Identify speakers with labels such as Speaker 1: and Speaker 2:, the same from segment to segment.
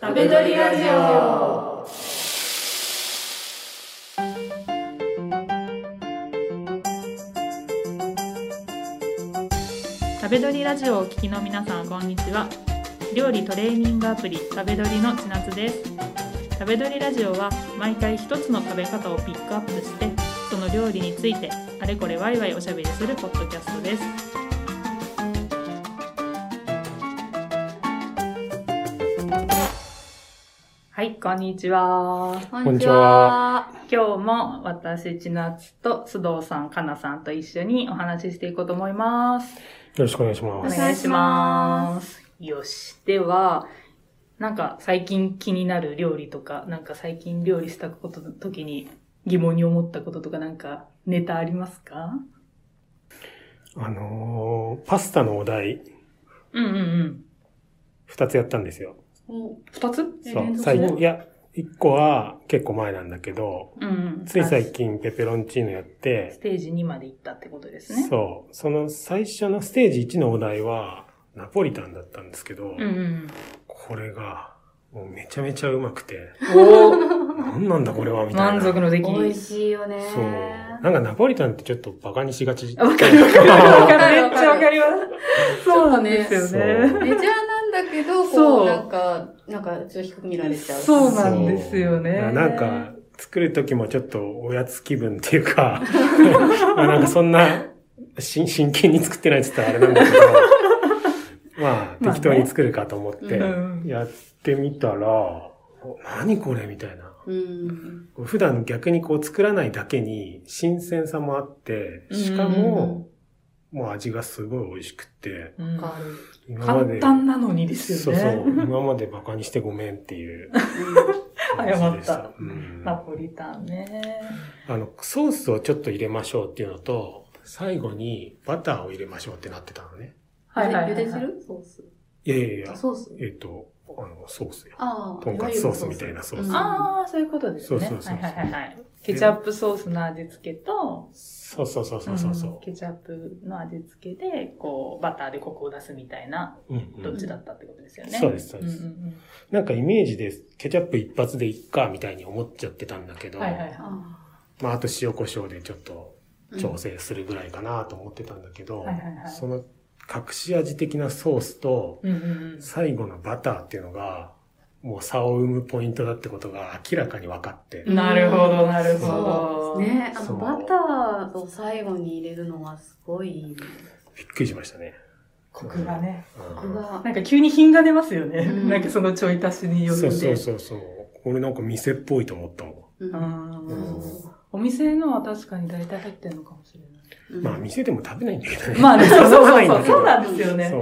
Speaker 1: 食べ取りラジオ
Speaker 2: 食べどりラジオをお聞きの皆さんこんにちは料理トレーニングアプリ食べどりの千夏です食べどりラジオは毎回一つの食べ方をピックアップしてその料理についてあれこれワイワイおしゃべりするポッドキャストですはいこんにちは
Speaker 1: こ
Speaker 3: んにちは。
Speaker 2: 今日も私千夏と須藤さんかなさんと一緒にお話ししていこうと思います
Speaker 3: よろしくお願いし
Speaker 2: お
Speaker 3: ます。
Speaker 2: 願いします。よし。では、なんか最近気になる料理とか、なんか最近料理したことの時に疑問に思ったこととか、なんかネタありますか
Speaker 3: あのー、パスタのお題、
Speaker 2: うんうんうん。
Speaker 3: 二つやったんですよ。
Speaker 1: お
Speaker 2: 二つ
Speaker 1: え
Speaker 3: そ
Speaker 1: 連
Speaker 3: う、
Speaker 1: 続
Speaker 3: 最近、いや、一個は結構前なんだけど、
Speaker 2: うんうん。
Speaker 3: つい最
Speaker 2: あ
Speaker 3: 近ペペロンチーノやっ
Speaker 2: ス
Speaker 3: て、
Speaker 2: テージ2まで行ったってことですね。
Speaker 3: そう、その最初のステージ1のお題は、ナポリタンだったんですけど、
Speaker 2: うんうん。
Speaker 3: これが、もうめちゃめちゃうまくて、
Speaker 2: お
Speaker 3: なんなんだこれは、みたいな。
Speaker 2: 満足の出来。
Speaker 1: 美味しいよね。
Speaker 3: そう。なんかナポリタンってちょっとバカにしがち。
Speaker 2: あわかるわ かるわかる。め
Speaker 1: わかる
Speaker 2: っちゃわかります。
Speaker 1: ちょ
Speaker 2: そう
Speaker 1: っ
Speaker 2: な
Speaker 1: と
Speaker 2: ん
Speaker 1: ね
Speaker 2: ですよ
Speaker 3: そ
Speaker 2: ね。
Speaker 3: う
Speaker 1: メジャーなんだけど、こ、
Speaker 2: そうう
Speaker 1: なんか、なんか、ちょっと低く見られちゃう。
Speaker 2: そうなんですよね
Speaker 3: そうなんか、作る時もちょっとおやつ気分っていうか、 まあなんかそんな、し真剣に作ってないって言ったらあれなんだけど、 まあ、適当に作るかと思っ
Speaker 1: まあ
Speaker 3: て
Speaker 1: ねう、
Speaker 3: やってみたら、お何これみたいな。
Speaker 1: うん。
Speaker 3: こう普段逆にこう作らないだけに新鮮さもあって、しかも、もう味がすごい美味しくって、
Speaker 2: うんうん
Speaker 1: わかる。
Speaker 3: 今ま
Speaker 2: 簡
Speaker 3: で、
Speaker 2: 単なのにです
Speaker 3: そ
Speaker 2: よ
Speaker 3: う
Speaker 2: ね。
Speaker 3: そう、今までバカにしてごめんっていう 感
Speaker 2: 謝
Speaker 3: じ
Speaker 2: っ
Speaker 3: でした
Speaker 2: た。。
Speaker 3: うん
Speaker 2: ナポリタンね。
Speaker 3: あの、ソースをちょっと入れましょうっていうのと、最後にバターを入れましょうってなってたのね。
Speaker 2: はいはいはいはい
Speaker 1: ゆで汁ソース。
Speaker 3: いやいやいや
Speaker 1: あ、、ソース
Speaker 3: えっ、と、あの、ソースや。
Speaker 1: ああ。
Speaker 3: とんかつソースみたいなソース
Speaker 1: うん
Speaker 2: ああ、そういうことですね。
Speaker 3: そうそうそうそう
Speaker 2: はいはいはいはい。ケチャップソースの味付けと、
Speaker 3: そうそうそうそうそう
Speaker 2: うん
Speaker 3: そ
Speaker 2: ケチャップの味付けで、こう、バターでコクを出すみたいな、
Speaker 3: う。うんう
Speaker 2: どっ
Speaker 3: ん
Speaker 2: ちだったってことですよね。
Speaker 3: そうです、そうで
Speaker 2: ん
Speaker 3: す。
Speaker 2: ん
Speaker 3: なんかイメージでケチャップ一発でいっかみたいに思っちゃってたんだけ
Speaker 2: う
Speaker 3: ど、
Speaker 2: ん。はいはいは
Speaker 1: あ
Speaker 3: まああと塩コショウでちょっと
Speaker 1: ー
Speaker 3: 調整するぐらいかなと思ってたんだけど、
Speaker 2: はいはいはい
Speaker 3: その隠し味的なソースと
Speaker 2: い。うんうん
Speaker 3: 最後のバターっていうのが、もう差を生むポイントだってことが明らかに分かって
Speaker 2: う、ん。なるほど、なるほ
Speaker 1: そ
Speaker 2: ど。
Speaker 1: うです。ね。あ
Speaker 3: そ
Speaker 1: の、
Speaker 3: う
Speaker 1: バターを最後に入れるのはすごいいいね。
Speaker 3: びっくりしましたね。
Speaker 2: コクがね。
Speaker 3: うん
Speaker 1: 僕が
Speaker 2: な、んか急に品が出ますよね。
Speaker 1: うん
Speaker 2: なんかそのちょい足しによって。
Speaker 3: そうそうそうそう。これなんか店っぽいと思ったもん。
Speaker 1: うん
Speaker 2: うん
Speaker 3: うん
Speaker 2: お店のは確かに大体入ってるのかもしれない。
Speaker 1: うん
Speaker 3: まあ店でも食べないんだけどね。
Speaker 2: まあ ね、そうそうそうそう。そう
Speaker 3: な
Speaker 2: なんんですよね。
Speaker 3: そう。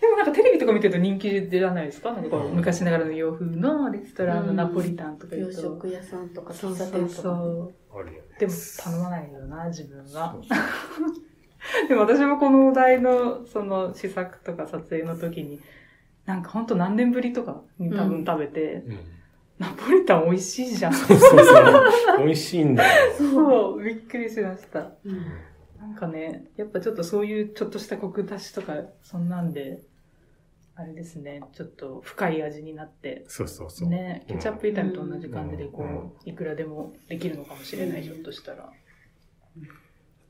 Speaker 2: でもなんかテレビとか見てると人気じゃないですかなんかこう
Speaker 3: うん
Speaker 2: 昔ながらの洋風のレストランのナポリタンとか言
Speaker 1: 洋
Speaker 2: うと。
Speaker 1: 食屋さんとか
Speaker 2: そ
Speaker 1: 喫
Speaker 2: う
Speaker 1: 茶
Speaker 2: そう
Speaker 1: 店と
Speaker 2: そ
Speaker 1: かね。
Speaker 2: う。
Speaker 3: あるよね。
Speaker 2: でも頼まないよな、自分が
Speaker 3: そ。う
Speaker 2: でも私もこのお題のその試作とか撮影の時に、なんかほんと何年ぶりとかに多分食べて、
Speaker 3: うん
Speaker 2: ナポリタン美味しいじゃん。
Speaker 3: そうそうそう。美味しいんだよ。
Speaker 2: そう、びっくりしました。
Speaker 1: うん
Speaker 2: なんかね、やっぱちょっとそういうちょっとしたコク出しとか、そんなんで、あれですね、ちょっと深い味になって、
Speaker 3: そうそうそう。
Speaker 2: ね、ケチャップ炒めと同じ感じで、
Speaker 3: うん
Speaker 2: こう、いくらでもできるのかもしれない、ひょっとしたら。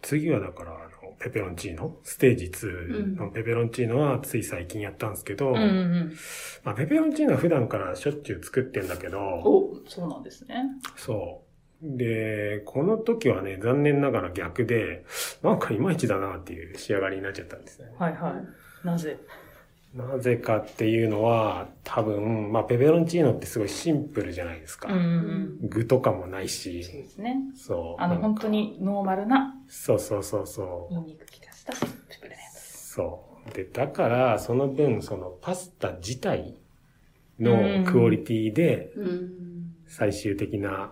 Speaker 3: 次はだから、あの、ペペロンチーノ、ステージ2のペペロンチーノはつい最近やったんですけど、
Speaker 2: うんうん。
Speaker 3: まあペペロンチーノは普段からしょっちゅう作ってんだけど、
Speaker 2: お、そうなんですね。
Speaker 3: そう。で、この時はね、残念ながら逆で、なんかいまいちだなっていう仕上がりになっちゃったんですね。
Speaker 2: はいはい。なぜ
Speaker 3: なぜかっていうのは、多分、まあ、ペペロンチーノってすごいシンプルじゃないですか。
Speaker 2: ん
Speaker 3: 具とかもない
Speaker 2: そうで
Speaker 3: し、
Speaker 2: すね。
Speaker 3: そう。
Speaker 2: あの、
Speaker 3: なんか
Speaker 2: 本当。にノーマルな、
Speaker 3: そうそうそうそう。
Speaker 2: ニンニク効かしたシンプルなやつ。
Speaker 3: そう。で、だから、その分、そのパスタ自体
Speaker 2: うん
Speaker 3: のクオリティで、
Speaker 1: うん。
Speaker 3: 最終的な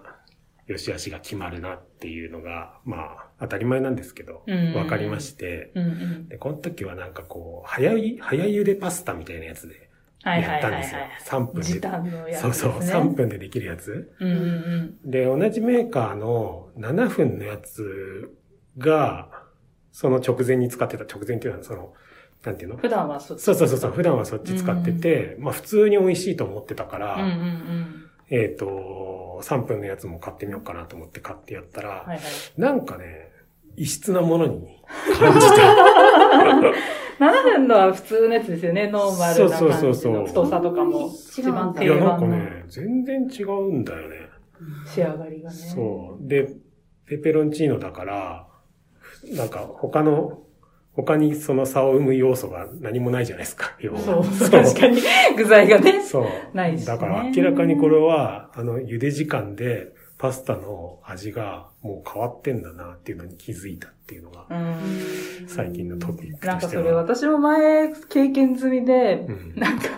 Speaker 3: 良し悪しが決まるなっていうのが、まあ、当たり前なんですけど、
Speaker 2: うん
Speaker 3: わかりまして、
Speaker 2: うんうん。
Speaker 3: で、この時はなんかこう、早い、早茹でパスタみたいなやつで
Speaker 2: はいは
Speaker 3: やっ
Speaker 2: いは
Speaker 3: た
Speaker 2: い
Speaker 3: ん
Speaker 2: は
Speaker 3: ですよ
Speaker 2: い。。
Speaker 3: 3分
Speaker 2: 時
Speaker 3: で
Speaker 2: 短のやつ
Speaker 3: そ
Speaker 2: で
Speaker 3: う
Speaker 2: す
Speaker 3: そ
Speaker 2: ね。
Speaker 3: う、3分でできるやつ。
Speaker 2: うんうんうん。
Speaker 3: で、同じメーカーの7分のやつが、その直前に使ってた、直前っていうのはその、なんていうの
Speaker 2: 普段はそっち
Speaker 3: そうそうそうそう、普段はそっち使ってて、まあ普通に美味しいと思ってたか
Speaker 2: う
Speaker 3: ら、
Speaker 2: んうんうん。
Speaker 3: えっ、と、3分のやつも買ってみようかなと思って買ってやったら、
Speaker 2: はいはい。
Speaker 3: なんかね、異質なものに感じた。
Speaker 2: 7分のは普通のやつですよね、ノーマルな
Speaker 3: そ
Speaker 2: 感
Speaker 3: うそう
Speaker 2: じ
Speaker 3: そうそ
Speaker 2: の
Speaker 3: う
Speaker 2: 太さとかも。一
Speaker 1: 違う
Speaker 2: 番
Speaker 1: んだ
Speaker 3: い
Speaker 2: 定
Speaker 3: や、なん
Speaker 2: 番
Speaker 3: か
Speaker 2: の
Speaker 3: ね、全然違うんだよね。
Speaker 2: 仕上がりがね。
Speaker 3: そう。で、ペペロンチーノだから、なんか他の、他にその差を生む要素が何もないじゃないですか、要は
Speaker 2: そう。確かに。具材がね。
Speaker 3: そう。
Speaker 2: ないしね
Speaker 3: だから明らかにこれは、あの、茹で時間でパスタの味がもう変わってんだなっていうのに気づいたっていうのが、
Speaker 2: うん。
Speaker 3: 最近のトピック
Speaker 2: なん
Speaker 3: と
Speaker 2: か
Speaker 3: して
Speaker 2: それ
Speaker 3: は。
Speaker 2: 私も前経験済みで、
Speaker 3: うん
Speaker 2: なんか、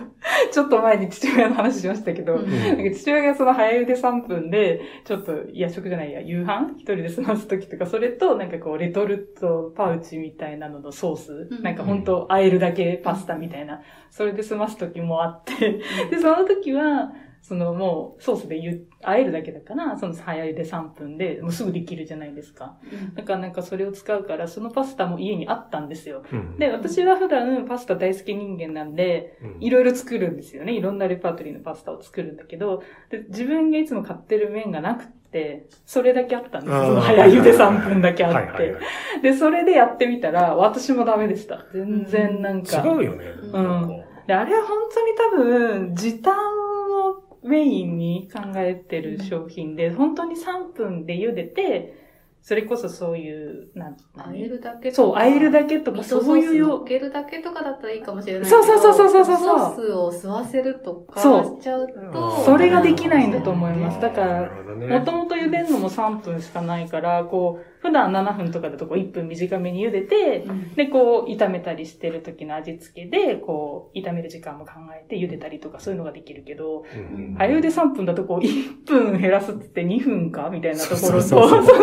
Speaker 2: ちょっと前に父親の話しましたけど、
Speaker 1: うん
Speaker 2: なんか父親がその早茹で3分で、ちょっと夜食じゃないや、夕飯一人で済ます時とか、それとなんかこう、レトルトパウチみたいなののソース、
Speaker 1: ん
Speaker 2: なんかほんと、和えるだけパスタみたいな、それで済ます時もあって、で、その時は、そのもう、ソースでゆ、和えるだけだから、その早茹で3分で、もうすぐできるじゃないですか。だからなんかそれを使うから、そのパスタも家にあったんですよ。
Speaker 3: うん
Speaker 2: で、私は普段パスタ大好き人間なんで、
Speaker 3: うん
Speaker 2: いろいろ作るんですよね。いろんなレパートリーのパスタを作るんだけど、で自分がいつも買ってる麺がなくて、それだけあったんですよ。その早茹で3分だけあって。
Speaker 3: はいはいはい
Speaker 2: で、それでやってみたら、私もダメでした。全然なんか。
Speaker 3: 違うよね。
Speaker 1: うん
Speaker 3: なんか
Speaker 2: で、あれは本当に多分、時短をメインに考えてる商品で、本当に3分で茹でて、それこそそういう、なん、
Speaker 1: あえるだけ
Speaker 2: そう、和えるだけと
Speaker 1: 味
Speaker 2: か、
Speaker 1: 噌ソ
Speaker 2: そう
Speaker 1: ー
Speaker 2: い
Speaker 1: ス
Speaker 2: う
Speaker 1: 乗
Speaker 2: よ
Speaker 1: っ、けるだけとかだったらいいかもしれないけ
Speaker 2: そ
Speaker 1: ど
Speaker 2: うそうそうそうそうそう
Speaker 1: ソースを吸わせるとか
Speaker 2: そう
Speaker 1: しちゃうと
Speaker 2: それができないんだと思いますだから
Speaker 3: なるほどね
Speaker 2: もともと茹でるのも3分しかないから、こう、普段7分とかだとこう1分短めに茹でて、
Speaker 1: うん
Speaker 2: で、こう、炒めたりしてる時の味付けで、こう、炒める時間も考えて茹でたりとか、そういうのができるけど、
Speaker 3: うんうん
Speaker 2: あゆで3分だとこう1分減らすって言って2分かみたいなところと、
Speaker 3: そ
Speaker 2: そうう
Speaker 3: そ
Speaker 2: そううそう。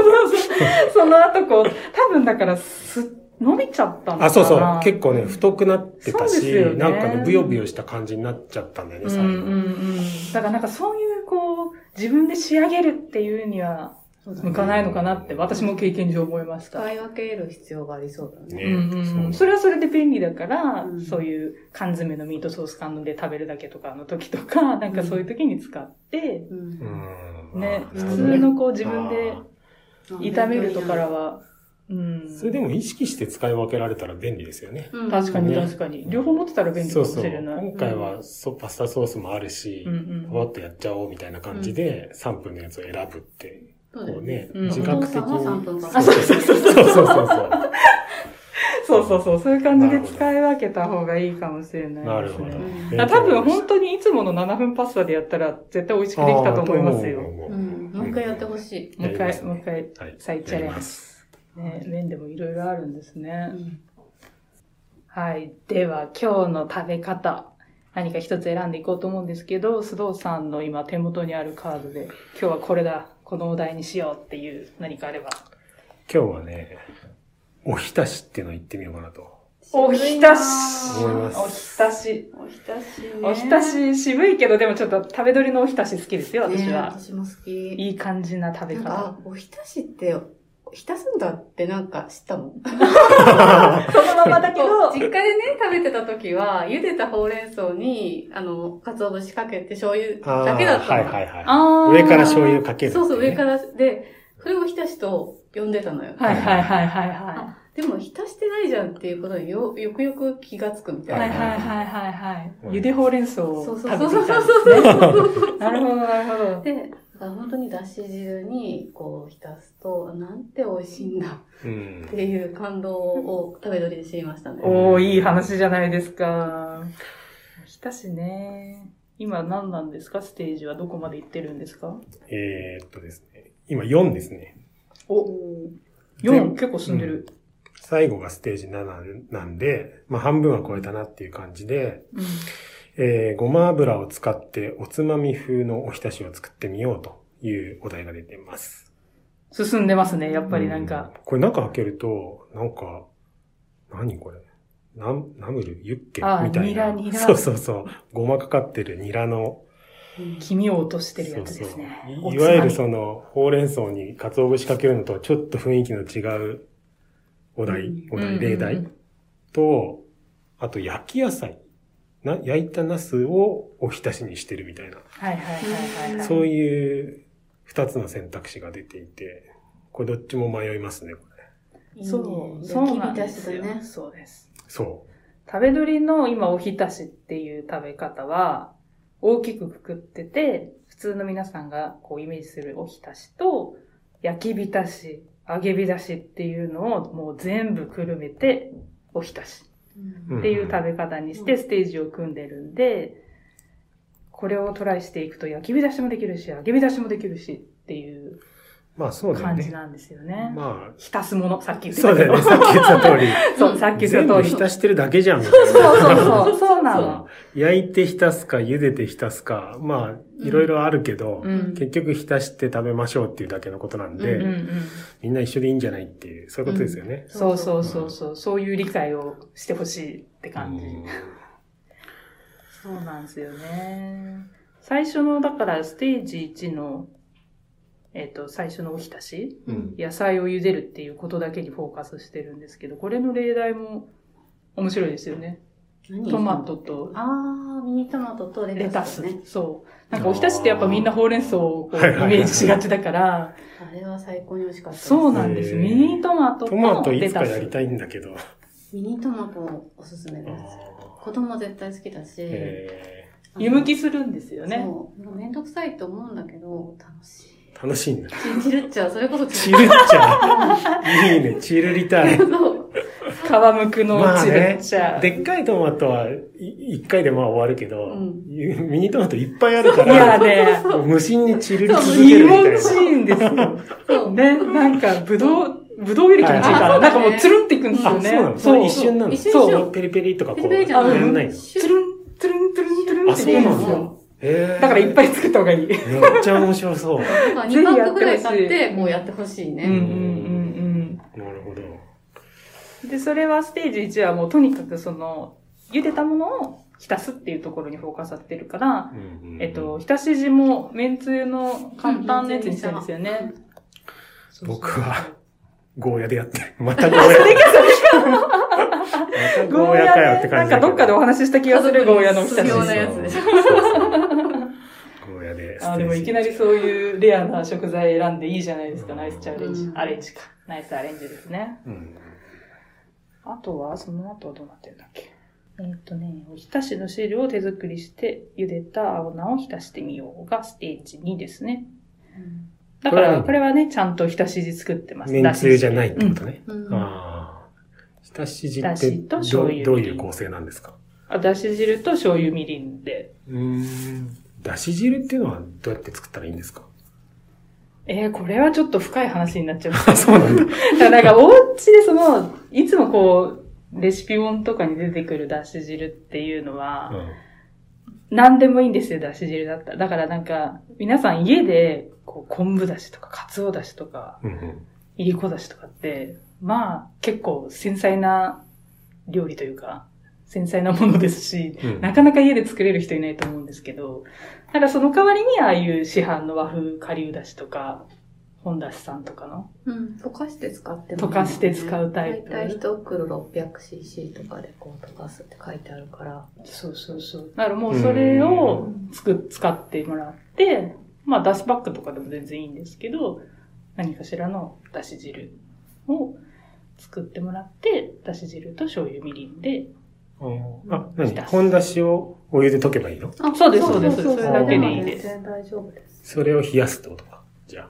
Speaker 2: その後こう、多分だからす、伸びちゃったのかな。
Speaker 3: あ、そうそう。結構ね、太くなってた
Speaker 2: そう
Speaker 3: し、
Speaker 2: ですよね
Speaker 3: なんかね、ブヨブヨした感じになっちゃったんだよね、
Speaker 2: うん
Speaker 3: 最
Speaker 2: う
Speaker 3: 後。
Speaker 2: んうん。だからなんかそういうこう、自分で仕上げるっていうには
Speaker 1: そうだね
Speaker 2: 向かないのかなって私も経験上思いました。
Speaker 1: 使い分ける必要がありそうだね
Speaker 3: ね
Speaker 2: うんうんうん、
Speaker 3: そ
Speaker 2: そうれはそれで便利だから、
Speaker 1: うん
Speaker 2: そういう缶詰のミートソース缶で食べるだけとかの時とか、なんかそういう時に使って、
Speaker 1: うん
Speaker 3: うん
Speaker 2: ね、
Speaker 3: な
Speaker 2: 普
Speaker 3: るほど
Speaker 2: 通のこう自分で炒めるとから
Speaker 1: は、
Speaker 2: は、うん。
Speaker 3: それでも意識して使い分けられたら便利ですよね。
Speaker 1: うん
Speaker 2: 確かに
Speaker 3: ね
Speaker 2: 確かに。両方持ってたら便利か
Speaker 3: そう
Speaker 2: も
Speaker 3: そ
Speaker 2: し
Speaker 3: う。
Speaker 2: れない。
Speaker 3: 今回はそうパスタソースもあるし
Speaker 2: う、ん、
Speaker 3: ポロッとやっちゃおうみたいな感じで、3分のやつを選ぶって、
Speaker 1: そうだ
Speaker 3: こ
Speaker 1: よ
Speaker 3: うね、
Speaker 2: うん
Speaker 3: 自覚的
Speaker 1: お父さんは3分
Speaker 3: に。
Speaker 1: から
Speaker 3: そうそうそうそうそうそう。
Speaker 2: そうそうそう、そういう感じで使い分けた方がいいかもしれないですね。
Speaker 3: なるほど。
Speaker 1: うん
Speaker 2: あ多分本当にいつもの7分パスタでやったら絶対美味しくできたと思いますよ。も
Speaker 1: う
Speaker 3: も
Speaker 1: ん、もう一回やってほしい、
Speaker 2: う一
Speaker 3: やりま
Speaker 2: 回、
Speaker 3: すね
Speaker 2: もう一回、
Speaker 3: はい
Speaker 2: 再チャレンジ
Speaker 3: やります
Speaker 2: ね、麺でもいろいろあるんですね。
Speaker 1: うん
Speaker 2: はい。では、今日の食べ方。何か一つ選んでいこうと思うんですけど、須藤さんの今手元にあるカードで、今日はこれだ、このお題にしようっていう何かあれば。
Speaker 3: 今日はね、おひたしっていうの行ってみようかなと。
Speaker 2: おひたし
Speaker 3: 思います
Speaker 2: おひたし。
Speaker 1: おひたしね
Speaker 2: おひたし渋いけど、でもちょっと食べ鳥のおひたし好きですよ、私
Speaker 1: ね
Speaker 2: は。
Speaker 1: 私も好き
Speaker 2: いい感じな食べ
Speaker 1: なん
Speaker 2: 方。
Speaker 1: かおひたしって浸すんだってなんか知ったもん
Speaker 2: そのままだけ
Speaker 1: こう
Speaker 2: ど、
Speaker 1: 実家でね、食べてた時は、茹でたほうれん草に、あの、鰹節かけて醤油だけだったの。
Speaker 3: あーはいはいは
Speaker 2: あー
Speaker 3: い。上から醤油かけるってい
Speaker 1: そう
Speaker 3: ね、
Speaker 1: そう、上から。で、それを浸しと呼んでたのよ。
Speaker 2: はいはいはいはいは
Speaker 1: あでも、浸してないじゃんっていうことによ、よくよく気がつくみ
Speaker 2: い。
Speaker 1: たい
Speaker 2: は
Speaker 1: な。
Speaker 2: いはいはいはいはい。ゆでほうれん草
Speaker 1: そ
Speaker 2: を
Speaker 1: うそう
Speaker 2: 食べて
Speaker 1: そうそう
Speaker 2: た
Speaker 1: そう
Speaker 2: んです
Speaker 1: そ
Speaker 2: ね。
Speaker 1: うそう。
Speaker 2: なるほどなるほど。
Speaker 1: で、だから本当にだし汁に、こう、浸すと、なんて美味しいんだ
Speaker 3: うん
Speaker 1: っていう感動を食べ取りで知りましたね。
Speaker 2: おー、いい話じゃないですか。ひたしね。今何なんですかステージはどこまで行ってるんですか
Speaker 3: えーっとですね。今4ですね。
Speaker 2: お、4?
Speaker 3: 全
Speaker 2: 結構進んでる。
Speaker 3: 最後がステージ7なんで、まあ半分は超えたなっていう感じで、
Speaker 2: うん。
Speaker 3: えー、ごま油を使っておつまみ風のおひたしを作ってみようというお題が出てます。
Speaker 2: 進んでますね、やっぱりなんか。
Speaker 3: う。これ中開けると、なんか、何これナムナムルユッケ
Speaker 2: あー
Speaker 3: みたいな。
Speaker 2: ニラニラ
Speaker 3: そうそうそう。ごまかかってるニラの
Speaker 1: うん
Speaker 2: 黄身を落としてるやつですね。
Speaker 3: そうそういいわゆる
Speaker 2: う。
Speaker 3: その、ほうれん草に鰹節かけるのとはちょっと雰囲気の違うお題、
Speaker 1: うん
Speaker 3: お題、例
Speaker 2: うんうん
Speaker 3: 題と、あと焼き野菜。な、焼いたナスをお浸しにしてるみたいな。
Speaker 2: はいはいはいはい、はい。
Speaker 3: そういう二つの選択肢が出ていて、これどっちも迷いますね、こ
Speaker 1: い
Speaker 3: れ。
Speaker 1: いね
Speaker 2: そう、
Speaker 1: 焼
Speaker 2: そ
Speaker 1: き
Speaker 2: うなん
Speaker 1: 浸
Speaker 2: で
Speaker 1: し
Speaker 2: す
Speaker 1: だ
Speaker 2: よ。
Speaker 1: ね。
Speaker 2: そうです。
Speaker 3: そ
Speaker 2: 食べ鳥の今おひたしっていう食べ方は、大きくくくってて、普通の皆さんがこうイメージするおひたしと、焼きびたし、揚げびたしっていうのをもう全部くるめて、おひたし
Speaker 3: う。
Speaker 2: っていう食べ方にし
Speaker 1: う
Speaker 2: て
Speaker 1: ん
Speaker 2: ステージを組んでるんで、これをトライしていくと焼きびだしもできるし、揚げびだしもできるしっていう
Speaker 3: まあそうだよ
Speaker 2: 感じ
Speaker 3: ね。
Speaker 2: なんですよね。
Speaker 3: ま
Speaker 2: 浸すもの、さっき言っ
Speaker 3: あ、
Speaker 2: て
Speaker 3: そ
Speaker 2: た
Speaker 3: う
Speaker 2: け
Speaker 3: だ
Speaker 2: ど
Speaker 3: よね。 さっき言 った通り。
Speaker 2: そう、さっき言
Speaker 3: 全
Speaker 2: った通
Speaker 3: 部
Speaker 2: り。
Speaker 3: 浸してるだけじゃん、みたいな。
Speaker 2: そうそう そう、そうなの。
Speaker 3: 焼いて浸すか、茹でて浸すか、まあ、いろいろあるけど、
Speaker 2: うん
Speaker 3: 結局浸して食べましょうっていうだけのことなんで、
Speaker 2: うんうん、
Speaker 3: みんな一緒でいいんじゃないっていう、そういうことですよね。
Speaker 2: そうそうそうそう、そういう理解をしてほしいって感じ。
Speaker 3: うん
Speaker 2: そうなんですよね。最初の、だからステージ1の、えっ、と、最初のおひたし、
Speaker 3: うん
Speaker 2: 野菜を茹でるっていうことだけにフォーカスしてるんですけど、これの例題も面白いですよね。
Speaker 1: 何
Speaker 2: トマ。トと
Speaker 1: あー、ミニトマトとレ
Speaker 2: レ
Speaker 1: タ
Speaker 2: タ
Speaker 1: ス
Speaker 2: ス。
Speaker 1: ね。
Speaker 2: そう。なんかおひたしってやっぱみんなほうれん草をこうイメージしがちだか
Speaker 1: あ
Speaker 2: ら、
Speaker 1: れは最高に美味しかったです。
Speaker 2: そうなんです。
Speaker 3: へー
Speaker 2: ミニトマト
Speaker 3: トマ
Speaker 2: と
Speaker 3: トい
Speaker 2: レ
Speaker 3: つか
Speaker 2: タス。
Speaker 3: やりたいんだけど。
Speaker 1: ミニトマトおすすめです。
Speaker 3: あ
Speaker 1: 子供絶対好きだし
Speaker 3: ー。え
Speaker 2: 湯むきするんですよね。
Speaker 1: そう。なんかめんどくさいと思うんだけど、楽しい。
Speaker 3: ー楽しいんだ。
Speaker 1: チルッチャー、それこそチ
Speaker 3: チ
Speaker 1: ルッ
Speaker 3: ルっちゃう。いいね、チルりたい。
Speaker 1: チャー。そう。
Speaker 2: 皮むくの
Speaker 3: まあ
Speaker 2: チ
Speaker 3: ね
Speaker 2: ルチャー。
Speaker 3: でっかいトマトはい一回でまあ終わるけど、
Speaker 1: うん
Speaker 3: ミニトマトいっぱいあるか
Speaker 2: いや
Speaker 3: ら、
Speaker 2: ね、
Speaker 3: 無心にチルり続け
Speaker 2: 気
Speaker 3: るみたい
Speaker 2: 持
Speaker 3: な。
Speaker 2: ちいいんですよ。
Speaker 1: そう。
Speaker 2: ね、なんか、ぶどう、ぶどうより気持ちいいか
Speaker 1: は
Speaker 2: ら、
Speaker 1: い
Speaker 2: なんかもうつるんっていくんですよ
Speaker 3: あ、そうな
Speaker 2: ね
Speaker 3: の。そ
Speaker 2: そ
Speaker 3: れ
Speaker 2: う
Speaker 3: 一。瞬なの
Speaker 1: 一瞬
Speaker 2: 一
Speaker 1: 瞬
Speaker 3: ペリペリとかこ
Speaker 1: ペリペリ
Speaker 3: う、
Speaker 1: じゃ
Speaker 3: や
Speaker 2: ない
Speaker 3: んないの
Speaker 1: シ
Speaker 2: つ
Speaker 1: ュ
Speaker 2: るん、つるん、つるん、つるん
Speaker 3: あ、
Speaker 2: って
Speaker 3: そう
Speaker 2: 出るん
Speaker 3: な
Speaker 2: ですよ。
Speaker 3: んだ。へえ。
Speaker 2: だからいっぱ
Speaker 3: い。
Speaker 2: い作った方がいい。
Speaker 3: めっちゃ面白そう。な
Speaker 1: なんか2パックぐらい買って、もうやってほしい
Speaker 2: うんうん
Speaker 1: ね。
Speaker 2: うん
Speaker 3: るほど。
Speaker 2: うん。で、それはステージ1はもうとにかくその、茹でたものを浸すっていうところにフォーカスさってるから、
Speaker 3: うんうん
Speaker 2: えっと、、浸し地もめんつゆの簡単なやつにしてるんですよね。
Speaker 3: 僕は、ゴーヤでやっ てる。またゴーヤ。それがそれまたゴーヤかよって感じ
Speaker 2: なんか
Speaker 3: だけど。
Speaker 2: どっかでお話しした気がするゴーヤのおひた
Speaker 1: 家
Speaker 2: し。
Speaker 1: 族に必要なやつでしょ
Speaker 3: そうそうゴーヤで。
Speaker 2: あーでもいきなりそういうレアな食材選んでいいじゃないですか。ナイスチャレンジ。
Speaker 1: うん
Speaker 2: アレンジか。ナイスアレンジですね。
Speaker 3: うん。
Speaker 2: あとは、その後はどうなってるんだっけえーっ、とね、おひたしの汁を手作りして、茹でた青菜を浸してみようがステージ2ですね。だか
Speaker 3: これ
Speaker 2: ら、
Speaker 3: は
Speaker 2: これはね、ちゃんとひたし汁作ってます。
Speaker 3: めんつゆじゃ
Speaker 2: い。
Speaker 3: ないってことね。
Speaker 1: うんうん
Speaker 3: ああ。浸し汁っ
Speaker 2: だ
Speaker 3: て
Speaker 2: しと
Speaker 3: ど、
Speaker 2: 醤
Speaker 3: どう
Speaker 2: 油
Speaker 3: いう構成なんですか
Speaker 2: あだし汁と醤油みりんで。
Speaker 3: うーん。だし汁っていうのはどうやって作ったらいいんですか
Speaker 2: えー、これはちょっと深い話になっちゃう。
Speaker 3: あ、そうなんだ。
Speaker 2: だから なんかお家でその、いつもこう、レシピ本とかに出てくるだし汁っていうのは、何でもいいんですよ、だし汁だったら。だからなんか、皆さん家で、こう、昆布だしとか、かつおだしとか、
Speaker 3: うん。うん
Speaker 2: いりこだしとかって、まあ、結構繊細な料理というか、繊細なものですし、
Speaker 3: うん。
Speaker 2: なかなか家で作れる人いないと思うんですけど、ただその代わりに、ああいう市販の和風顆粒だしとか、本だしさんとかの、
Speaker 1: うん。溶かして使ってもいい
Speaker 2: 溶かして使うタイ
Speaker 1: 大
Speaker 2: プ。
Speaker 1: 体一袋 600cc とかでこう溶かすって書いてあるから。
Speaker 2: そうそうそう。だからもうそれをつく、使ってもらって、まあ、だしパックとかでも全然いいんですけど、何かしらのだし汁を作ってもらって、だし汁と醤油みりんで、
Speaker 3: うんあ、何本だしをお湯で溶けばいいの
Speaker 2: そうですそうです
Speaker 1: そう
Speaker 3: それだけでいい
Speaker 2: です
Speaker 1: 全然大丈夫です。
Speaker 3: それを冷やすってことか。じゃ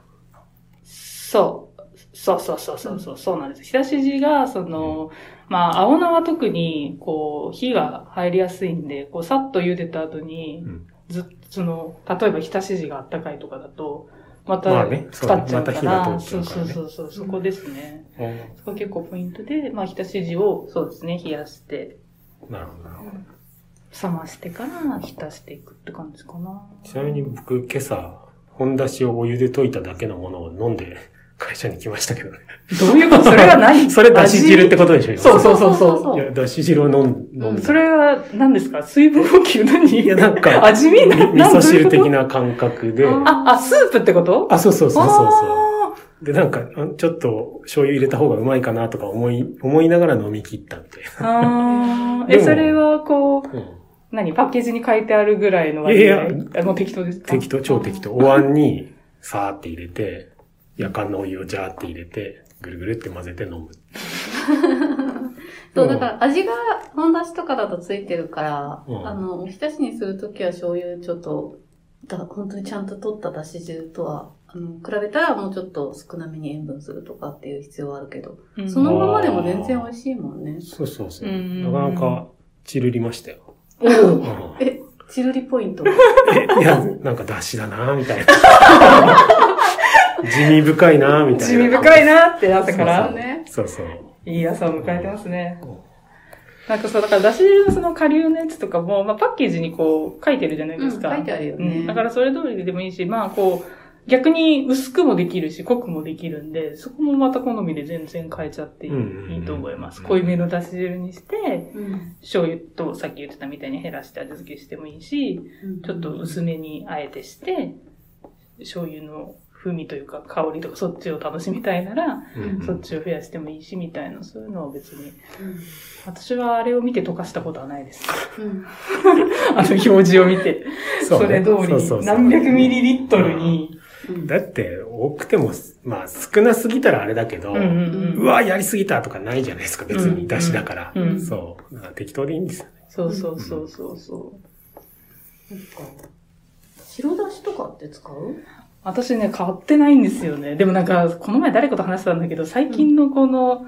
Speaker 2: そう。そうそうそうそうそう、そうなんです。ひたし地が、その、まあ、青菜は特に、こう、火が入りやすいんで、こう、さっと茹でた後に
Speaker 3: うん、
Speaker 2: ずっと、その、例えばひたし地があったかいとかだと、ま
Speaker 3: まあ
Speaker 2: た
Speaker 3: ね、
Speaker 2: 使っちゃう
Speaker 3: そうねまた
Speaker 2: か
Speaker 3: 火が
Speaker 2: ら、
Speaker 3: 通っち
Speaker 2: そ
Speaker 3: ゃう
Speaker 2: う
Speaker 3: から
Speaker 2: そう
Speaker 3: ね
Speaker 2: そうそう、そこですね。
Speaker 3: あ。
Speaker 2: そこ結構ポイントで、まあ、ひたし地を、そうですね、冷やして、
Speaker 3: なるほどなるほど。
Speaker 2: 冷ましてから浸していくって感じかな。
Speaker 3: ちなみに僕、今朝、本だしをお湯で溶いただけのものを飲んで 会社に来まし たけどね。
Speaker 2: どういうことそれは何
Speaker 3: それだし汁ってことでしょ
Speaker 2: 味そうそうそうそう
Speaker 3: いや、だし汁を飲ん飲ん
Speaker 1: うん
Speaker 3: で。
Speaker 2: それは何ですか水分補給何
Speaker 3: いや、なんか、
Speaker 2: 味見な
Speaker 3: み味噌汁的
Speaker 2: な。
Speaker 3: な感覚で。
Speaker 1: あ
Speaker 2: あ、あ、スープってこと
Speaker 3: あ、そうそうそうそうそう。
Speaker 2: あー
Speaker 3: で、なんか、あちょっと醤油入れた方がうまいかなとか思い、思いながら飲み切ったみたい
Speaker 2: あー
Speaker 3: で
Speaker 2: え、
Speaker 3: も
Speaker 2: それはこう、
Speaker 3: な。うん
Speaker 2: 何パッケージに書いてあるぐらいの
Speaker 3: いやい
Speaker 2: あもう適当ですか
Speaker 3: 適当、超適当。お椀に、さーって入れて、夜間のお湯をジャーって入れて、ぐるぐるって混ぜて飲む。
Speaker 1: そう、
Speaker 3: うん
Speaker 1: だから味が、本出しとかだとついてるから、
Speaker 3: うん
Speaker 1: あの、お浸しにするときは醤油ちょっと、だ本当にちゃんと取っただし汁とは、あの、比べたらもうちょっと少なめに塩分するとかっていう必要はあるけど、
Speaker 2: うん
Speaker 1: そのままでも全然美味しいもんね。
Speaker 3: そうそうそう。
Speaker 2: うん
Speaker 3: なかなか、チルりましたよ。
Speaker 2: お
Speaker 3: う
Speaker 2: ー
Speaker 3: ん
Speaker 1: え、チルリポイント。
Speaker 3: えいや、なん か出汁だなみたいな。地味深いなみたいな。
Speaker 2: 地味深いなってなったか
Speaker 3: あ
Speaker 1: そう
Speaker 2: ら、
Speaker 1: ね。
Speaker 3: そうそう。
Speaker 2: いい朝を迎えてますね。
Speaker 3: うん
Speaker 2: なんかそう、だから、だし汁のその下流のやつとかも、まあ、パッケージにこう、書いてるじゃない
Speaker 1: うん、
Speaker 2: で
Speaker 1: 書
Speaker 2: すか。
Speaker 1: いてあるよ
Speaker 2: う
Speaker 1: ね。
Speaker 2: んだから、それ通りでもいいし、まあ、こう、逆に薄くもできるし、濃くもできるんで、そこもまた好みで全然変えちゃっていい,、
Speaker 3: うん
Speaker 2: と思います。濃いめのだし汁にして、
Speaker 1: うん、
Speaker 2: 醤油とさっき言ってたみたいに減らして味付けしてもいいし、
Speaker 1: うん
Speaker 2: ちょっと薄めにあえてして、醤油の風味というか香りとかそっちを楽しみたいなら、
Speaker 3: うん
Speaker 2: そっちを増やしてもいいしみたいな、そういうのは別に。
Speaker 1: うん
Speaker 2: 私はあれを見て溶かしたことはないです。
Speaker 1: うん
Speaker 2: あの表示を見て。 そ,、
Speaker 3: うね
Speaker 2: れ通り
Speaker 3: そうそうそう
Speaker 2: に、何百ミリリットルに。
Speaker 1: うん
Speaker 3: だって、多くても、まあ少なすぎたらあれだけど、
Speaker 2: う
Speaker 3: うん
Speaker 1: ん
Speaker 3: わ、やりすぎたとかないじゃないですか、別
Speaker 2: うん
Speaker 3: に、出汁だから。
Speaker 2: うん
Speaker 3: そう。だから適当でいいんですよね。
Speaker 2: そうそうそうそうそう。
Speaker 1: そっか白だしとかって使う
Speaker 2: 私ね、買ってないんですよね。でもなんか、この前誰かと話してたんだけど、最近のこの、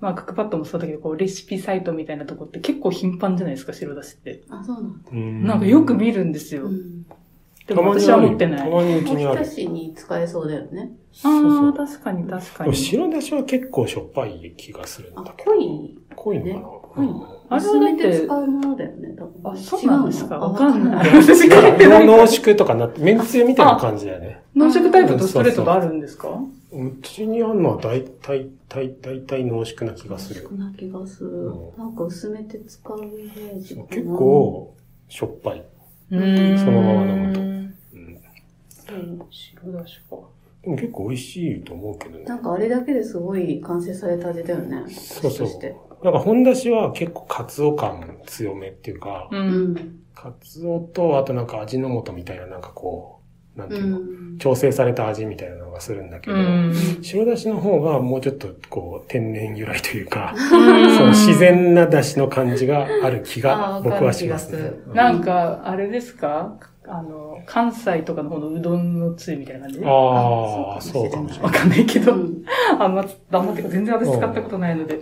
Speaker 2: まあ、クックパッドもそうだけど、こう、レシピサイトみたいなとこって結構頻繁じゃないですか、白だしって。
Speaker 1: あ、そうなんだ。
Speaker 3: うん
Speaker 2: なんかよく見るんですよ。
Speaker 1: うん。
Speaker 2: でも私は持ってな
Speaker 3: た
Speaker 2: い。あ
Speaker 3: まに
Speaker 1: お
Speaker 3: 気にあ
Speaker 1: 浸
Speaker 3: る。
Speaker 1: しに使えそうだよね。
Speaker 2: あ
Speaker 3: そう
Speaker 2: ー、
Speaker 3: そう
Speaker 2: 確かに確か
Speaker 3: で
Speaker 2: に。
Speaker 3: も白だしは結構しょっぱい気がするん
Speaker 1: あ
Speaker 3: だけ、ど。
Speaker 1: 濃い
Speaker 3: 濃い
Speaker 1: ね
Speaker 3: のか
Speaker 2: あ
Speaker 3: な、
Speaker 1: あ
Speaker 2: れ
Speaker 1: れ
Speaker 2: はだ
Speaker 1: は
Speaker 2: っ
Speaker 1: ってて使うものだよね、多分。
Speaker 2: あ、そうなんですか
Speaker 1: 違うの
Speaker 2: わかんない。
Speaker 1: あ
Speaker 2: 私書いてな
Speaker 3: ないんか
Speaker 2: から
Speaker 3: 濃。縮とかなって、めんつゆみたいな感じだよね。
Speaker 2: 濃縮タイプとストレートがあるんですか
Speaker 3: うちにあるのは大体、大体、大体濃縮な気がする
Speaker 1: 少。な気がする
Speaker 3: う。
Speaker 1: なんか薄めて使うイメージかな。
Speaker 3: 結構、しょっぱい。
Speaker 2: うーん
Speaker 3: そのまま飲むとうん
Speaker 1: うん。
Speaker 2: 白だしか。
Speaker 3: でも結構美味しいと思うけどね。
Speaker 1: なんかあれだけですごい完成された味だよね。
Speaker 3: そうそう
Speaker 1: 私として
Speaker 3: なんか本出しは結構カツオ感強めっていうか、
Speaker 2: う。
Speaker 1: うんん。
Speaker 3: カツオとあとなんか味の素みたいななんかこう、なんて
Speaker 1: う
Speaker 3: いうの、
Speaker 1: ん。
Speaker 3: 調整された味みたいなのがするんだけ
Speaker 2: う
Speaker 3: ど、
Speaker 2: ん。
Speaker 3: 白だしの方がもうちょっとこう天然由来というか、
Speaker 2: そ
Speaker 3: そう自。然なだしの感じがある気が
Speaker 1: あーわかる
Speaker 3: 僕はしますね
Speaker 1: 気がする。
Speaker 3: うん
Speaker 2: なんか、あれですかあの、関西とかの方のうどんのつゆみたいな感じわ
Speaker 3: ああ、そうかもしれない。
Speaker 2: かんないけ
Speaker 1: う
Speaker 2: ど、
Speaker 1: ん
Speaker 2: あんま、あんまっていうか全然私使ったことないので、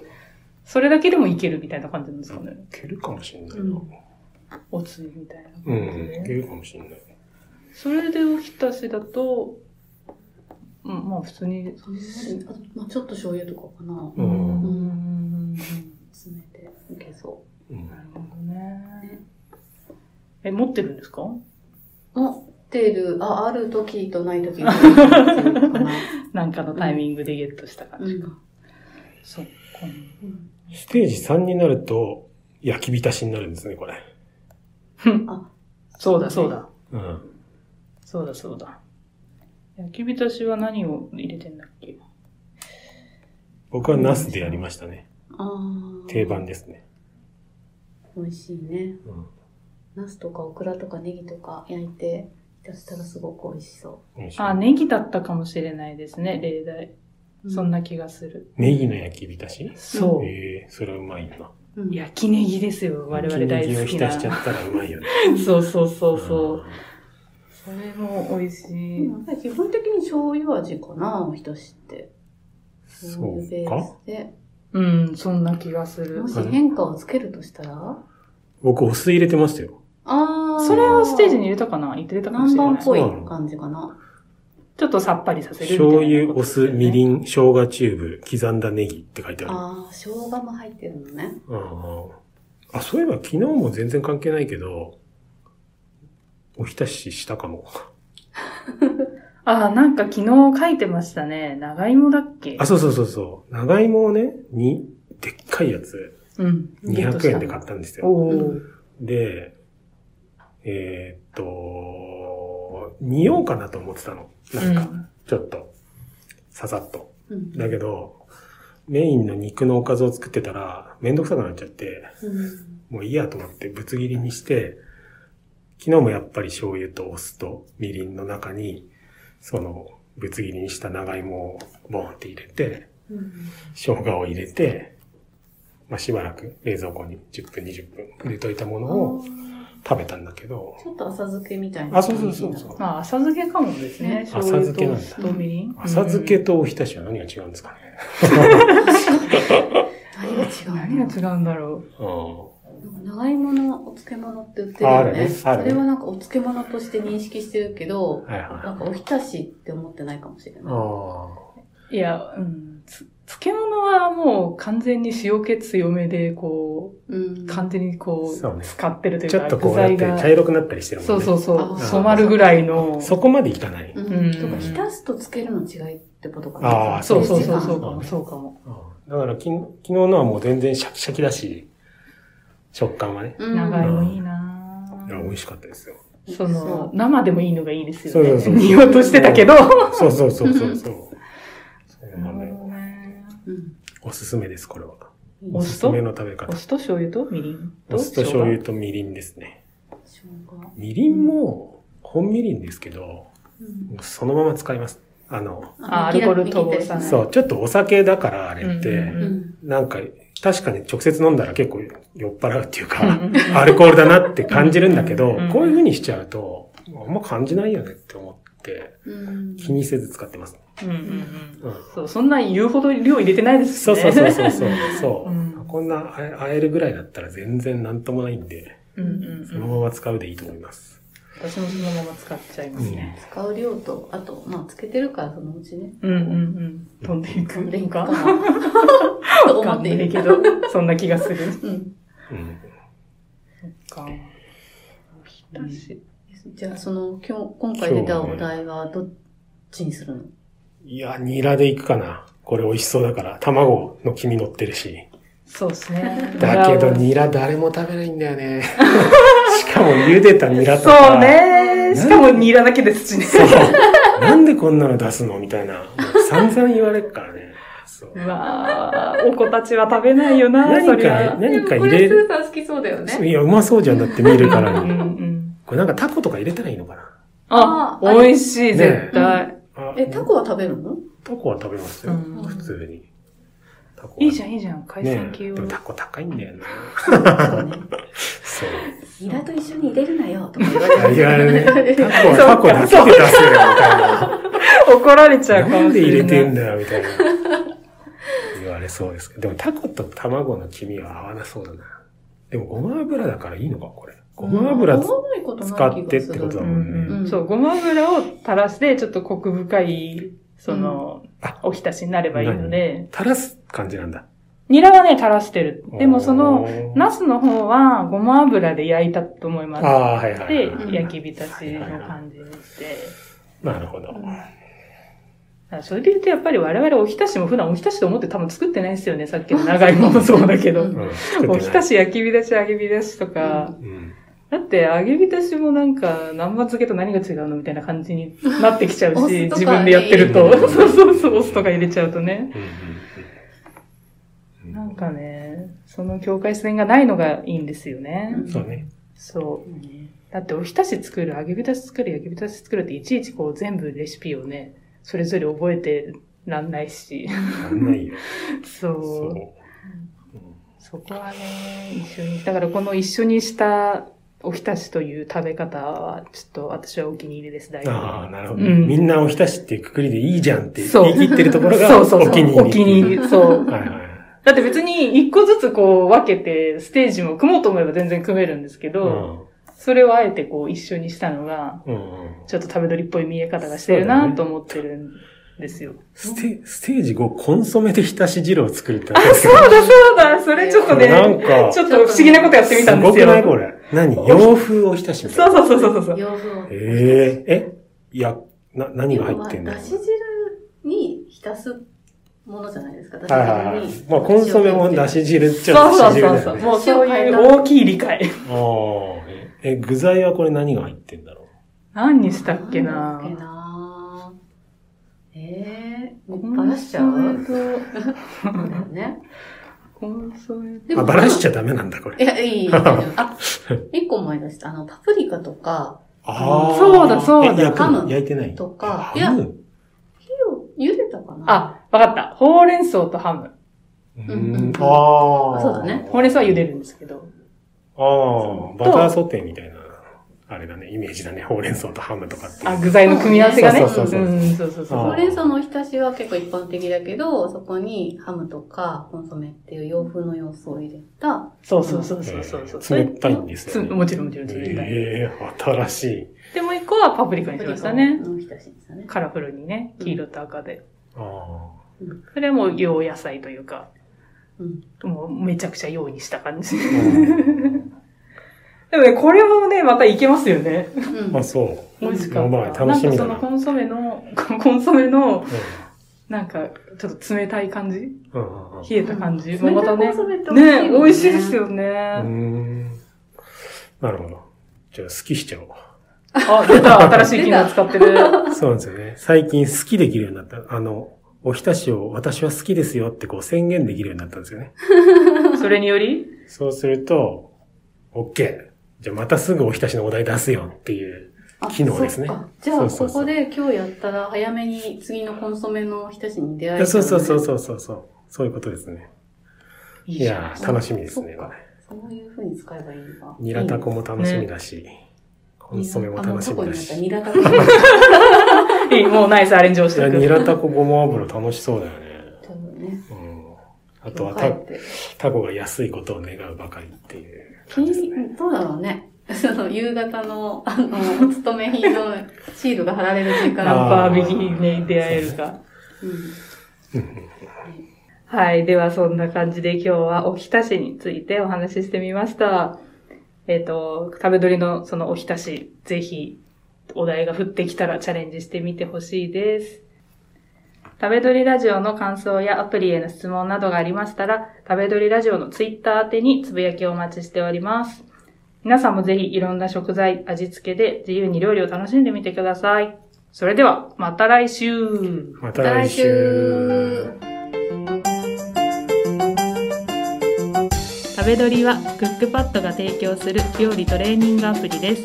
Speaker 2: それだけでもいけるみたいな感じなんですかね。
Speaker 3: いけるかもしれないな。
Speaker 1: うん
Speaker 2: おつゆみたいな
Speaker 3: うん、
Speaker 2: 感じで。
Speaker 3: いけるかもしれない。
Speaker 2: それでおひたしだと、うん、まあ普通に。
Speaker 1: そんなにあとまあちょっと醤油とかかな。
Speaker 3: うん
Speaker 2: ん。
Speaker 1: 詰めていけそ
Speaker 3: うん
Speaker 2: なるほどね。え、持ってるんですか
Speaker 1: う。持ってる、あ、ある時とない時とかな。
Speaker 2: なんかのタイミングでゲットした感
Speaker 1: う
Speaker 2: じか。
Speaker 1: ん
Speaker 2: そっか。
Speaker 1: うん
Speaker 3: ステージ3になると、焼き浸しになるんですね、これ。
Speaker 2: そうだそうだ。
Speaker 3: うん。
Speaker 2: そうだそうだ。焼き浸しは何を入れてんだっけ
Speaker 3: 僕はナスでやりましたね。
Speaker 1: あー
Speaker 3: 定番ですね。
Speaker 1: 美味しいね。
Speaker 3: うん。
Speaker 1: ナスとかオクラとかネギとか焼いて浸したらすごく美味しそ
Speaker 3: 美味しい
Speaker 2: あ、ネギだったかもしれないですね、例題。
Speaker 1: う。
Speaker 2: そんな気がする。
Speaker 3: ネギの焼き浸し
Speaker 2: そう。
Speaker 3: ええそれはうまいな。
Speaker 1: うん。うん、
Speaker 2: 焼きネギですよ、我々大好
Speaker 3: 焼き
Speaker 2: き
Speaker 3: ネギを
Speaker 2: な。
Speaker 3: 浸しちゃったらうまいよね。
Speaker 2: そうそうそうそう。それも美味しい。
Speaker 1: 基本的に醤油味かな、おひたしって。
Speaker 3: そ
Speaker 1: 醤油ベ
Speaker 3: う
Speaker 1: ー
Speaker 3: か
Speaker 1: スで。
Speaker 2: うん、そんな気がする
Speaker 1: も。し変化をつけるとしたら
Speaker 3: 僕、お酢入れてましたよ。
Speaker 1: あー。
Speaker 2: それをステージに入れたかな入れたかもし
Speaker 1: 南蛮
Speaker 2: れな
Speaker 1: っ
Speaker 2: い。
Speaker 1: ぽい
Speaker 3: そうなの
Speaker 1: 感じかな。
Speaker 2: ちょっとさっぱりさせるみたいな
Speaker 3: 醤油、お酢、み
Speaker 2: ん。
Speaker 3: りん、生姜チューブ、刻んだネギって書いてある。
Speaker 1: あー、生姜も入ってるのね。
Speaker 3: うんあ、そういえば昨日も全然関係ないけど、おひたししたかも。
Speaker 2: あー、なんか昨日書いてましたね。長芋だっけ
Speaker 3: あ、そうそうそうそう。長芋をね、に、でっかいやつ、
Speaker 2: うん。
Speaker 3: 200円で買ったんですよ。
Speaker 2: おお
Speaker 1: う
Speaker 2: ー。
Speaker 3: で、えーっと、煮ようかなと思ってたの。なんか、ちょっと。ささっと。
Speaker 1: うん
Speaker 3: だけど、メインの肉のおかずを作ってたら、めんどくさくなっちゃって、
Speaker 1: うん
Speaker 3: もういいやと思ってぶつ切りにして、昨日もやっぱり醤油とお酢とみりんの中に、その、ぶつ切りにした長芋をボンって入れて、
Speaker 1: うん
Speaker 3: 生姜を入れて、まあ、しばらく冷蔵庫に10分20分入れといたものを食べたんだけど、
Speaker 1: ちょっと浅漬けみたいな。
Speaker 3: あ、そうそうそ うそう。
Speaker 2: まあ、浅漬けかもですね。
Speaker 1: ね
Speaker 2: 醤油
Speaker 3: 浅漬けなんだ
Speaker 2: とみりん。
Speaker 3: 浅漬けとおひたしは何が違うんですかね。
Speaker 1: 何が違う
Speaker 2: うん。
Speaker 1: の
Speaker 2: 何が違うんだろ
Speaker 3: う
Speaker 1: 長芋のお漬物って売ってる
Speaker 3: ああ
Speaker 1: よ
Speaker 3: るね
Speaker 1: ね。
Speaker 3: あるね
Speaker 1: それはなんかお漬物として認識してるけど
Speaker 3: ん。、はいはい。
Speaker 1: なんかおひたしって思ってないかもしれない。
Speaker 3: あ
Speaker 2: う。いや、うん。つ漬物はもう完全に塩気強めで、こ
Speaker 1: うん
Speaker 2: う、完全にこ
Speaker 3: そうね
Speaker 2: う、使ってると
Speaker 3: あ。
Speaker 2: いう
Speaker 3: ち
Speaker 2: か、
Speaker 3: ょっとこう
Speaker 2: 具
Speaker 3: だっ
Speaker 2: 材
Speaker 3: て
Speaker 2: が。
Speaker 3: 茶色くなったりしてるもんね。
Speaker 2: そうそう
Speaker 1: あ
Speaker 2: そう、
Speaker 1: ー
Speaker 2: 染まるぐらいの。
Speaker 3: そこまでいかない。
Speaker 1: う
Speaker 2: うん
Speaker 1: ん。とか、浸すとつけるの違いってことかな。
Speaker 3: ああ
Speaker 2: そうそうそう、そうか
Speaker 3: そう
Speaker 2: も、
Speaker 3: ね
Speaker 2: そうかも。
Speaker 3: うんだからき昨日のはもう全然シャキシャキだし、食感はね。
Speaker 1: うん。
Speaker 2: 長
Speaker 1: い。
Speaker 2: いもいいなぁ
Speaker 3: いや、美味しかったですよ。
Speaker 2: その、生でもいいのがいいですよ
Speaker 3: そう
Speaker 2: ね。
Speaker 3: そうそう。
Speaker 2: 見ようとしてたけど。
Speaker 3: そうそうそう そうそう。そうなのよ
Speaker 1: うん。
Speaker 3: おすすめです、これは。
Speaker 1: うん
Speaker 3: おすすめの食べ
Speaker 2: お
Speaker 3: 方。
Speaker 2: 酢と醤油とみりんと
Speaker 3: お酢と醤油とみりんですね。
Speaker 1: 生姜。
Speaker 3: みりんも、本みりんですけど、
Speaker 1: うん
Speaker 3: そのまま使います。あの、
Speaker 2: あアルコールと合成はい
Speaker 3: そう、ちょっとお酒だからあれっ
Speaker 2: うんうん
Speaker 1: う
Speaker 3: て、
Speaker 1: ん。
Speaker 3: なんか、確かに直接飲んだら結構酔っ払うっていうか、
Speaker 2: うんうん
Speaker 3: アルコールだなって感じるんだけど
Speaker 2: うん、
Speaker 3: こういう風にしちゃうと、あんま感じないよねって思って、
Speaker 1: うん。
Speaker 3: 気にせず使ってます。
Speaker 2: うんうんうん
Speaker 3: うん
Speaker 2: そう、そんな言うほど量入れてないですし
Speaker 3: そう
Speaker 2: ね。
Speaker 3: そうそうそうそう。そう
Speaker 2: うん
Speaker 3: こんなあえあえるぐらいだったら全然なんともないんで、
Speaker 2: うんうん
Speaker 3: その
Speaker 2: うん
Speaker 3: まま使うでいいと思います。
Speaker 2: 私もそのまま使っちゃいますね。
Speaker 1: 使う量と、あと、まあ、つけてるから、そのうちね。
Speaker 2: うんうんうん。飛んでいく
Speaker 1: 飛んでい
Speaker 2: の
Speaker 1: くか
Speaker 2: か。
Speaker 1: な。 と
Speaker 2: わ
Speaker 1: 思
Speaker 2: か
Speaker 1: っ
Speaker 2: ん
Speaker 1: て
Speaker 2: ないい
Speaker 1: る。
Speaker 2: けど、そんな気がする。
Speaker 1: うん。
Speaker 3: うん
Speaker 2: かおひたし。
Speaker 1: じゃあ、その、今日、今回出たお題は、どっちにするの
Speaker 3: いや、ニラでいくかな。これ美味しそうだから。卵の黄身乗ってるし。
Speaker 2: そうですね。
Speaker 3: だけどニラ誰も食べないんだ よね。しかも茹でたニラとか。
Speaker 2: そう。ね。しかもニラだけですしね。
Speaker 3: そう。なんでこんなの出すのみたいな。もう散々言われるからね。そう
Speaker 2: うわぁ、お子たちは食べないよな
Speaker 3: 何
Speaker 2: そり
Speaker 3: か、
Speaker 2: ゃ。
Speaker 3: 何か入れる。
Speaker 1: ーさん好きそうだよ
Speaker 3: いや、うまそうじゃんだって見るから
Speaker 2: うんう
Speaker 3: に。
Speaker 2: ん。
Speaker 3: これなんかタコとか入れたらいいのかな。
Speaker 2: あ
Speaker 1: あ、
Speaker 2: 美味しい、絶対。
Speaker 3: あ
Speaker 1: え、タコは食べるの
Speaker 3: タコは食べますよ。
Speaker 2: うん
Speaker 3: 普通に。タコはい
Speaker 2: いじゃん、いいじゃん。海
Speaker 3: ね
Speaker 2: 鮮
Speaker 3: え、
Speaker 2: 系
Speaker 3: で
Speaker 2: を。
Speaker 3: もタコ高いんだよな。
Speaker 1: そうね。
Speaker 3: そう。
Speaker 1: ニラと一緒に入れるなよ、とか言わ
Speaker 3: いや
Speaker 1: れ
Speaker 3: 言わ
Speaker 1: て。
Speaker 3: れるね。タ
Speaker 2: そ
Speaker 3: コ
Speaker 2: う
Speaker 3: はタコだけで出すよ、みたいな。
Speaker 2: 怒られちゃうか
Speaker 3: な
Speaker 2: も
Speaker 3: ん
Speaker 2: し
Speaker 3: で入
Speaker 2: れ
Speaker 3: れ
Speaker 2: な
Speaker 3: てん
Speaker 2: い。
Speaker 3: だよ、み たいな。言われそうですけど。でもタコと卵の黄身は合わなそうだな。でもごま油だからいいのか、これ。ごま油つ
Speaker 1: 合わないことない気
Speaker 3: 使
Speaker 1: がす
Speaker 3: っ
Speaker 1: る
Speaker 3: てってことだ
Speaker 2: う
Speaker 3: もんね。
Speaker 2: んうんそう、ごま油を垂らして、ちょっとコク深い、その
Speaker 3: あ、
Speaker 2: おひたしになればいいので、
Speaker 3: 垂らす感じなんだ。
Speaker 2: ニラはね、垂らしてる。でもその、
Speaker 3: おー、
Speaker 2: ナスの方は、ごま油で焼いたと思います
Speaker 3: あ。あ、はいはい
Speaker 2: で
Speaker 3: は、い。
Speaker 2: 焼き浸しの感じにして。
Speaker 3: なるほど。
Speaker 2: だからそれで言うと、やっぱり我々おひたしも普段おひたしと思って多分作ってないですよね。さっきの長いものもそうだけど。
Speaker 1: うん
Speaker 3: うん
Speaker 2: おひたし、焼きびだし、揚げびだしとか。
Speaker 3: うん
Speaker 2: だって、揚げびだしもなんか、南蛮漬けと何が違うのみたいな感じになってきちゃう
Speaker 1: お
Speaker 2: し、
Speaker 1: 酢とかね
Speaker 2: 自分でやってると。
Speaker 3: うん
Speaker 2: そうそうそう、お酢とか入れちゃうとね。
Speaker 3: うんうんうん
Speaker 2: なんかね、その境界線がないのがいいんですよね。
Speaker 1: うん
Speaker 3: そうね。
Speaker 2: そう。
Speaker 1: ね
Speaker 2: だって、おひたし作る、揚げびたし作る、焼きびたし作るって、いちいちこう全部レシピをね、それぞれ覚えてらんないし。
Speaker 3: やんないよ。
Speaker 2: そ
Speaker 3: そうう。。
Speaker 2: そこはね、一緒に、だからこの一緒にしたおひたしという食べ方は、ちょっと私はお気に入りです、大
Speaker 3: ああ、
Speaker 2: 体。
Speaker 3: なるほど。
Speaker 2: うん
Speaker 3: みんなおひたしっていうくくりでいいじゃんって
Speaker 2: そう
Speaker 3: 言い切ってるところ が
Speaker 2: そうそうそう、
Speaker 3: お気に入り。
Speaker 2: お気に入りそう。
Speaker 3: はいはい。
Speaker 2: だって別に一個ずつこう分けて、ステージも組もうと思えば全然組めるんですけ
Speaker 3: う
Speaker 2: ど、
Speaker 3: ん
Speaker 2: それをあえてこう一緒にしたのが、
Speaker 3: うんうん。
Speaker 2: ちょっと食べ取りっぽい見え方がしてる
Speaker 3: そうだ
Speaker 2: な
Speaker 3: ね
Speaker 2: と思ってるんですよ。
Speaker 3: ステステージ5、コンソメでひたし汁を作るってあるんです
Speaker 2: そうだそうだ、それちょっとね、
Speaker 3: なんか、
Speaker 2: ち
Speaker 3: す
Speaker 2: ょっと不思議なことやってみたんで
Speaker 3: ご
Speaker 2: す
Speaker 3: く
Speaker 2: よ。
Speaker 3: ないこれ。何洋風おひたしみたい
Speaker 2: そ
Speaker 3: な。
Speaker 2: うそうそうそうそう。
Speaker 1: 洋風
Speaker 3: えええいや、な、何が入ってんの
Speaker 1: だし汁に浸すものじゃないですか。だし
Speaker 3: はいはいは
Speaker 1: 汁に
Speaker 3: い。。まあ、コンソメもだし汁っちゃ
Speaker 2: そう
Speaker 3: だ
Speaker 2: そう
Speaker 3: し汁だよ
Speaker 2: そ
Speaker 3: ね。
Speaker 2: うそう。もうそういう大きい理解。
Speaker 3: ああ。え、具材はこれ何が入ってんだろ
Speaker 2: 何にしたっけな
Speaker 1: なんだっけなえばらしちゃう
Speaker 2: コンソメ
Speaker 1: そうだよね。
Speaker 2: と、コンソメと、
Speaker 1: で
Speaker 3: あ、ばらしちゃダメなんだ、こ
Speaker 1: い
Speaker 3: れ。
Speaker 1: や、い いいい、大丈夫あ、一個思い出した。あの、パプリカとか、
Speaker 3: ああ。
Speaker 2: そうだそうだ
Speaker 3: え焼く
Speaker 1: ハ
Speaker 3: の
Speaker 1: ム
Speaker 3: 焼いてない。
Speaker 1: とか、いや
Speaker 3: ハ、ム
Speaker 1: 火を茹でたかな。
Speaker 2: あ、わかった。ほうれん草とハム。
Speaker 3: う
Speaker 1: うんうん
Speaker 3: ん。ああ。
Speaker 1: そうだね
Speaker 2: ほうれん草は茹でるんですけど。
Speaker 3: ああ、バターソテーみたいな、あれだね、イメージだね。ほうれん草とハムとかっていう。
Speaker 2: あ、具材の組み合わせがね。
Speaker 1: そうそうそう
Speaker 3: そうん
Speaker 2: そうそうそ
Speaker 1: ほ
Speaker 3: あ
Speaker 1: う
Speaker 2: う。
Speaker 1: れん草のおひたしは結構一般的だけど、そこにハムとかコンソメっていう洋風の要素を入れた、
Speaker 2: そうそうそうそうそう
Speaker 3: え
Speaker 2: そう。
Speaker 3: ー冷たいんですよ、
Speaker 2: つ
Speaker 3: ね。
Speaker 2: もちろんもちろん冷たい。
Speaker 3: ええ新しい。
Speaker 2: で、もう一個はパプリカにしましたね。
Speaker 1: のおひたしでしたね。
Speaker 2: カラフルにね、黄色と赤で。
Speaker 3: あ
Speaker 2: それはもう洋野菜というか、
Speaker 1: うん。
Speaker 2: もうめちゃくちゃ洋にした感じ。
Speaker 3: あ うん。
Speaker 2: でもね、これもね、またいけますよね。
Speaker 1: うん
Speaker 3: あ、そう。
Speaker 2: 美味しかっ
Speaker 3: まあ
Speaker 2: た。
Speaker 3: 楽しみだ
Speaker 2: なん
Speaker 3: な
Speaker 2: かそのコンソメの、 コンソメの、なんか、ちょっと冷たい感じ
Speaker 3: うん。うんうん
Speaker 2: 冷えた感じ。
Speaker 1: 冷
Speaker 2: ま
Speaker 1: たいコ
Speaker 2: たね
Speaker 1: ン。ソメって
Speaker 2: ね、美味しい
Speaker 1: も
Speaker 2: で
Speaker 1: ん
Speaker 2: す。よ
Speaker 3: うー
Speaker 2: ね。
Speaker 3: ん。なるほど。じゃあ、好きしちゃおう。
Speaker 2: あ、出た新しい機能使っ てる。
Speaker 3: そうなんですよね。最近好きできるようになった。あの、おひたしを私は好きですよってこう宣言できるようになったんですよね。
Speaker 2: それにより
Speaker 3: そうすると、OK。じゃあまたすぐおひたしのお題出すよっていう。
Speaker 1: あ
Speaker 3: 機能ですね
Speaker 1: そっかじゃあ、
Speaker 3: そうそうそう
Speaker 1: ここで今日やったら早めに次のコンソメのおひたしに出会え。
Speaker 3: そうそうそううそうそうそう。そういうことですね。
Speaker 2: いい
Speaker 3: い
Speaker 2: じゃん
Speaker 3: やー、楽しみですね。
Speaker 1: そっかそういう風に使えばいいのか。
Speaker 3: ニラタコも楽しみだし、コンソメも楽しみだし。
Speaker 1: ニラタコになったニラタコ。
Speaker 2: いい、もうナイスアレンジをし
Speaker 3: い
Speaker 2: て
Speaker 3: や、
Speaker 2: おく。
Speaker 3: ニラタコごま油楽しそうだよね。
Speaker 1: ちょうどね。
Speaker 3: うん。あとは
Speaker 1: 帰
Speaker 3: タ
Speaker 1: って
Speaker 3: タコが安いことを願うばかりっていう感じですね。
Speaker 1: 金、どうだろうね。 その、夕方の、あの、お勤め品のシールが貼られる時間。
Speaker 2: ナンバービギーに出会えるか。
Speaker 1: うん
Speaker 2: はい。では、そんな感じで今日はおひたしについてお話ししてみました。えっ、と、食べ鳥のそのおひたし、ぜひ、お題が降ってきたらチャレンジしてみてほしいです。食べ鳥ラジオの感想やアプリへの質問などがありましたら、食べ鳥ラジオのツイッター宛てにつぶやきをお待ちしております。皆さんもぜひいろんな食材、味付けで自由に料理を楽しんでみてください。それでは、また来週
Speaker 3: また来週。
Speaker 4: 食べ鳥はクックパッドが提供する料理トレーニングアプリです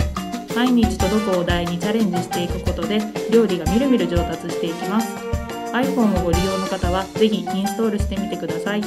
Speaker 4: 毎日届くお題にチャレンジしていくことで料理がみるみる上達していきます iPhone をご利用の方はぜひインストールしてみてください